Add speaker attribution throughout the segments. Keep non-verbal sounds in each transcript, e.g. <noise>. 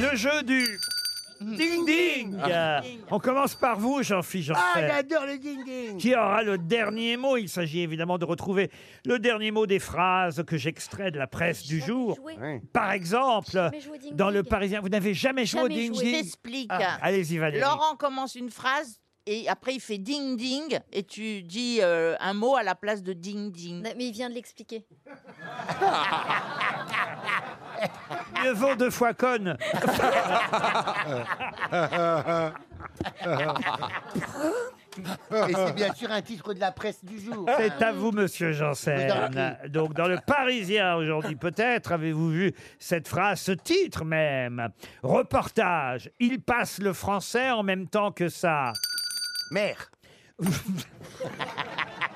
Speaker 1: Le jeu du ding-ding. On commence par vous, Jean-Philippe
Speaker 2: Ah,
Speaker 1: Janssen.
Speaker 2: j'adore le ding-ding
Speaker 1: Qui aura le dernier mot Il s'agit évidemment de retrouver le dernier mot des phrases que j'extrais de la presse du jour. Par exemple,
Speaker 3: Jamais joué au ding-ding.
Speaker 1: dans Le Parisien, vous n'avez jamais joué au
Speaker 4: Jamais joué.
Speaker 1: ding-ding
Speaker 4: T'explique.
Speaker 2: Ah, bah,
Speaker 1: Allez-y, Valérie.
Speaker 4: Laurent commence une phrase et après il fait ding ding et tu dis euh, un mot à la place de ding ding.
Speaker 3: Non, Mais il vient de l'expliquer.
Speaker 1: Mieux vaut deux fois conne.
Speaker 2: <laughs> Et c'est bien sûr un titre de la presse du jour.
Speaker 1: C'est à vous, monsieur Janssen. Donc, dans le Parisien aujourd'hui, peut-être avez-vous vu cette phrase, ce titre même. Reportage. Il passe le français en même temps que ça.
Speaker 2: Mère
Speaker 1: <laughs>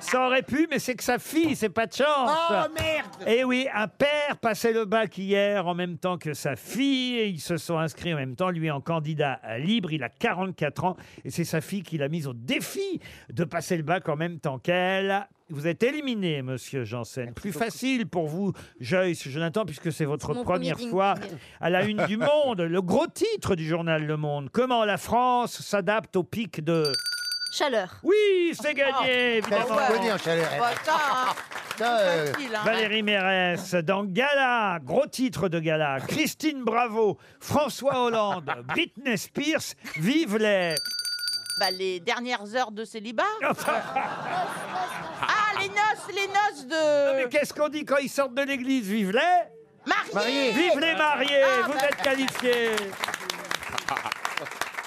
Speaker 1: Ça aurait pu, mais c'est que sa fille, c'est pas de chance.
Speaker 2: Oh merde
Speaker 1: Eh oui, un père passait le bac hier en même temps que sa fille. Et ils se sont inscrits en même temps, lui en candidat libre. Il a 44 ans et c'est sa fille qui l'a mise au défi de passer le bac en même temps qu'elle. Vous êtes éliminé, monsieur Janssen. Plus facile pour vous, Joyce Jonathan, puisque c'est votre
Speaker 3: mon premier
Speaker 1: première
Speaker 3: ding-ding.
Speaker 1: fois à la une du Monde. Le gros titre du journal Le Monde. Comment la France s'adapte au pic de.
Speaker 3: Chaleur.
Speaker 1: Oui, c'est gagné,
Speaker 2: Ça,
Speaker 1: évidemment.
Speaker 2: on connaît en chaleur.
Speaker 4: Bah,
Speaker 2: <laughs>
Speaker 4: ça, hein,
Speaker 2: Ça, euh,
Speaker 4: facile, hein.
Speaker 1: Valérie Mérès dans Gala, gros titre de Gala. Christine Bravo, François Hollande, Britney Spears, vive les.
Speaker 4: Bah, les dernières heures de célibat. Ah les noces, les noces
Speaker 1: Mais
Speaker 4: de
Speaker 1: qu'est-ce qu'on dit quand ils sortent de l'église Vive les.
Speaker 4: Marie.
Speaker 2: Marié.
Speaker 1: Vive les mariés,
Speaker 4: Ah,
Speaker 1: vous
Speaker 4: bah.
Speaker 1: êtes qualifiés.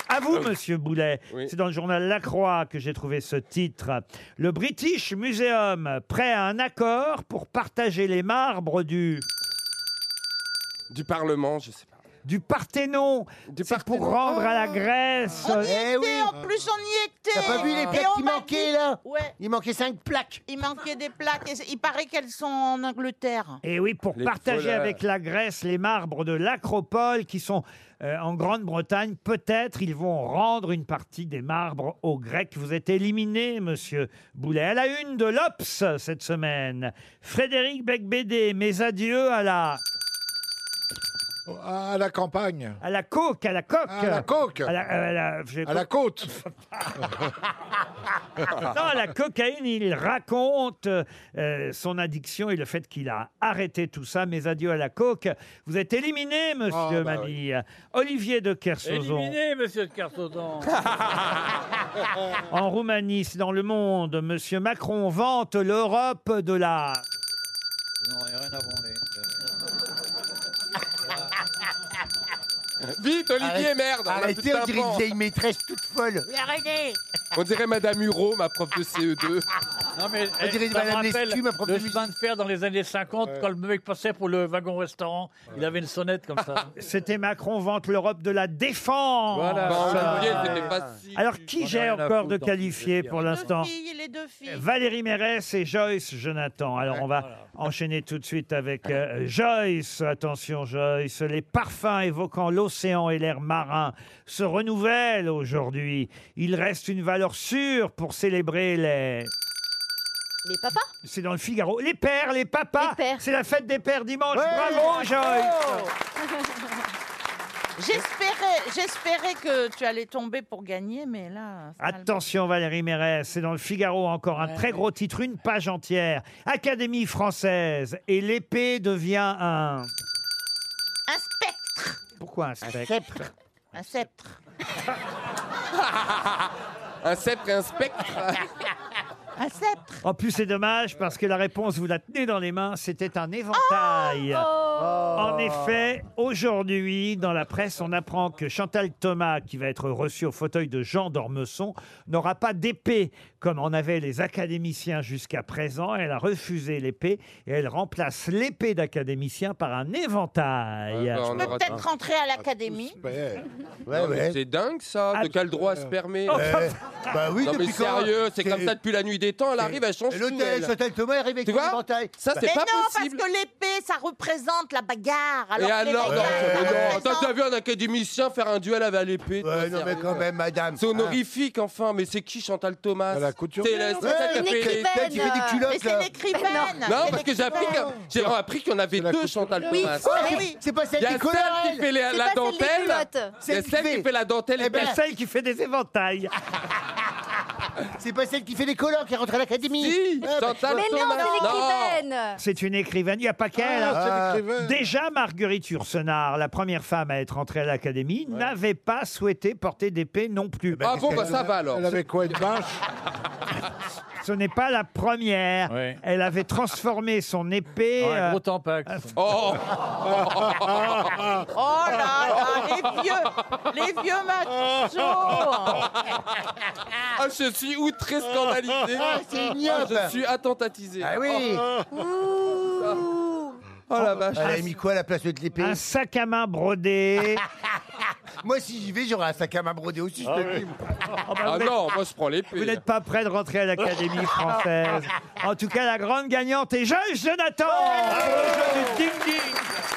Speaker 1: À vous, monsieur Boulet.
Speaker 5: Oui.
Speaker 1: C'est dans le journal La Croix que j'ai trouvé ce titre. Le British Museum, prêt à un accord pour partager les marbres du.
Speaker 5: Du Parlement, je sais pas.
Speaker 1: du Parthénon.
Speaker 5: Du
Speaker 1: C'est pour
Speaker 5: Parthénon.
Speaker 1: rendre à la Grèce.
Speaker 4: On y
Speaker 2: Eh
Speaker 4: était,
Speaker 2: oui.
Speaker 4: en plus on y était.
Speaker 2: T'as pas vu les
Speaker 4: Et
Speaker 2: plaques
Speaker 4: on
Speaker 2: qui
Speaker 4: m'a
Speaker 2: manquaient
Speaker 4: dit-
Speaker 2: là
Speaker 4: Ouais,
Speaker 2: Il manquait cinq plaques
Speaker 4: il manquait des plaques. et c'est- il paraît qu'elles sont en Angleterre.
Speaker 1: Et Eh oui, pour
Speaker 5: Les
Speaker 1: partager
Speaker 5: folles,
Speaker 1: avec la Grèce les marbres de l'Acropole qui sont euh, en Grande-Bretagne, peut-être ils vont rendre une partie des marbres aux Grecs. Vous êtes éliminé, monsieur Boulet. À la une de l'Obs cette semaine, Frédéric Becbédé, mes adieux à la,
Speaker 6: À la campagne.
Speaker 1: à la coque, à la coque.
Speaker 6: À la coque.
Speaker 1: À la, euh, à la- j'ai-
Speaker 6: À la côte.
Speaker 1: Non, à la cocaïne, il raconte euh, son addiction et le fait qu'il a arrêté tout ça. Mes adieux à la coke. Vous êtes éliminé, monsieur
Speaker 6: Ah, bah
Speaker 1: Mabille. Olivier de Kersauzon.
Speaker 7: Éliminé, monsieur de
Speaker 2: <laughs>
Speaker 7: Carsaudan.
Speaker 1: En Roumanie, c'est dans le monde. Monsieur Macron vante l'Europe de la.
Speaker 7: non, il n'y a rien à branler. Euh,
Speaker 5: Euh, Vite, Olivier, merde on a plus
Speaker 2: Arrêtez,
Speaker 5: de
Speaker 2: on dirait
Speaker 5: tympan.
Speaker 2: une vieille maîtresse toute folle
Speaker 5: On dirait Madame Hureau, ma prof de E CE2.
Speaker 7: Non, mais, eh,
Speaker 2: On dirait
Speaker 7: ça me
Speaker 2: Madame Lescu,
Speaker 7: rappelle
Speaker 2: ma prof de
Speaker 7: le
Speaker 2: musique.
Speaker 7: chemin de fer dans les années 50,
Speaker 6: Ouais.
Speaker 7: quand le mec passait pour le wagon-restaurant, il avait une sonnette comme ça.
Speaker 1: C'était Macron vante l'Europe de la défense.
Speaker 7: <laughs> Voilà.
Speaker 5: Bah, on
Speaker 7: ça-
Speaker 5: l'a oublié, c'était facile.
Speaker 1: Alors, qui
Speaker 7: On a
Speaker 1: j'ai
Speaker 7: rien à
Speaker 1: encore de
Speaker 7: foutre dans
Speaker 1: qualifié
Speaker 7: ce
Speaker 1: pour
Speaker 7: délire.
Speaker 1: l'instant
Speaker 4: Deux filles, les deux filles.
Speaker 1: Valérie Mérès et Joyce Jonathan. Alors, on va enchaîner tout de suite avec euh, Joyce. Attention, Joyce. Les parfums évoquant l'océan et l'air marin se renouvellent aujourd'hui. Il reste une valeur sûre pour célébrer les.
Speaker 3: Les papas
Speaker 1: C'est dans le Figaro. Les pères, les papas.
Speaker 3: Les pères.
Speaker 1: C'est la fête des pères dimanche.
Speaker 2: Ouais.
Speaker 1: Bravo, Joyce.
Speaker 4: J'espérais, j'espérais que tu allais tomber pour gagner, mais là. c'est mal.
Speaker 1: Attention, Valérie Mérès. C'est dans le Figaro encore un très gros titre, une page entière. Académie française et l'épée devient un.
Speaker 4: Un spectre.
Speaker 1: Pourquoi un
Speaker 2: Un
Speaker 1: spectre
Speaker 2: sceptre
Speaker 4: Un sceptre.
Speaker 5: Un sceptre et un spectre.
Speaker 4: Un sceptre.
Speaker 1: En plus, c'est dommage parce que la réponse, vous la tenez dans les mains, c'était un éventail. En effet, aujourd'hui, dans la presse, on apprend que Chantal Thomas, qui va être reçue au fauteuil de Jean d'Ormesson, n'aura pas d'épée comme en avaient les académiciens jusqu'à présent. Elle a refusé l'épée et elle remplace l'épée d'académicien par un éventail.
Speaker 5: Ouais, bah, on
Speaker 4: Je peux
Speaker 5: aura-
Speaker 4: peut-être rentrer à l'académie.
Speaker 6: Ouais.
Speaker 2: Ouais,
Speaker 5: Non, mais
Speaker 2: ouais.
Speaker 5: C'est dingue ça,
Speaker 1: Ah,
Speaker 5: de quel droit se permet
Speaker 2: Euh, bah oui,
Speaker 5: Non mais
Speaker 2: depuis quand
Speaker 5: sérieux, c'est comme ça depuis la nuit des temps, elle arrive, elle change tout.
Speaker 2: L'hôtel
Speaker 5: elle.
Speaker 2: Chantal Thomas est arrivé
Speaker 5: Tu
Speaker 2: avec son
Speaker 5: vois
Speaker 2: éventail.
Speaker 5: Ça
Speaker 2: Bah,
Speaker 5: c'est
Speaker 4: mais
Speaker 5: pas
Speaker 4: non,
Speaker 5: possible.
Speaker 4: parce que l'épée, ça représente invente la bagarre. Alors
Speaker 5: Et
Speaker 4: que les
Speaker 5: alors,
Speaker 4: mecs,
Speaker 5: non,
Speaker 4: euh,
Speaker 5: mais non,
Speaker 4: ils
Speaker 5: t'as
Speaker 4: sont-
Speaker 5: t'as vu un académicien faire un duel avec l'épée toi,
Speaker 2: Ouais, non, mais
Speaker 5: sérieux
Speaker 2: quand même, madame. Ah.
Speaker 5: C'est honorifique, enfin, mais c'est qui Chantal Thomas
Speaker 6: À la couture.
Speaker 5: C'est la- c'est
Speaker 2: Ouais,
Speaker 5: ça qui a
Speaker 3: une
Speaker 5: fait les-
Speaker 3: écrivaine.
Speaker 2: Celle qui fait des
Speaker 4: Mais
Speaker 2: culottes,
Speaker 4: c'est une
Speaker 2: là.
Speaker 4: écrivaine.
Speaker 5: Non,
Speaker 4: C'est
Speaker 5: parce que
Speaker 4: une
Speaker 5: j'ai appris
Speaker 4: écrivaine.
Speaker 5: qu'il j'ai appris qu'il y en avait
Speaker 6: C'est la
Speaker 5: deux,
Speaker 6: couture.
Speaker 5: Chantal
Speaker 3: Oui,
Speaker 5: Thomas.
Speaker 2: Ah,
Speaker 3: mais
Speaker 2: c'est-
Speaker 3: oui.
Speaker 2: c'est pas celle
Speaker 5: Il y a
Speaker 2: des
Speaker 5: celle
Speaker 2: colonnes
Speaker 5: qui fait les-
Speaker 3: C'est
Speaker 5: la
Speaker 3: pas celle des
Speaker 5: dentelle.
Speaker 3: culottes.
Speaker 5: Il y a
Speaker 2: Celle qui
Speaker 5: celle qui
Speaker 2: fait-
Speaker 5: fait la dentelle
Speaker 2: Eh
Speaker 5: et
Speaker 1: Il y
Speaker 2: ben,
Speaker 1: a celle qui fait des éventails.
Speaker 2: C'est pas celle qui fait les colloques, qui rentre à l'académie.
Speaker 5: Si,
Speaker 2: Ah, bah,
Speaker 5: Chantal
Speaker 3: Mais non,
Speaker 5: Thomas.
Speaker 3: c'est l'écrivaine.
Speaker 1: C'est une écrivaine, il n'y a pas qu'elle. hein.
Speaker 6: Ah,
Speaker 2: Ah,
Speaker 6: c'est l'écrivain.
Speaker 1: Déjà, Marguerite Ursenard, la première femme à être entrée à l'académie, n'avait pas souhaité porter d'épée non
Speaker 7: Eh
Speaker 1: plus.
Speaker 7: ben,
Speaker 5: Ah bon, bah ça va alors.
Speaker 6: Elle avait quoi une vache
Speaker 1: Ce n'est pas la première.
Speaker 7: Ouais.
Speaker 1: Elle avait transformé son épée.
Speaker 7: Un
Speaker 1: euh,
Speaker 7: gros tampax.
Speaker 5: Oh,
Speaker 4: Oh
Speaker 5: <laughs>
Speaker 4: là là, les vieux, les vieux machos.
Speaker 5: ah, je suis outré scandalisé.
Speaker 2: Ah, c'est ignoble.
Speaker 5: Je suis attentatisé.
Speaker 2: Ah oui.
Speaker 5: Oh la vache.
Speaker 2: Elle a mis quoi à la place de l'épée
Speaker 1: euh, un sac à main
Speaker 7: <laughs>
Speaker 1: brodé.
Speaker 2: Moi, si j'y vais, j'aurai un sac à main brodé aussi, je te le dis.
Speaker 1: Oh, bah,
Speaker 5: Ah
Speaker 1: vous n'êtes-
Speaker 5: non, moi je prends
Speaker 1: vous
Speaker 5: l'épée.
Speaker 1: n'êtes pas près de rentrer à l'Académie
Speaker 7: <laughs>
Speaker 1: française. En tout cas, la grande gagnante est Joyce Jonathan. Bravo, Joyce du Ding Ding.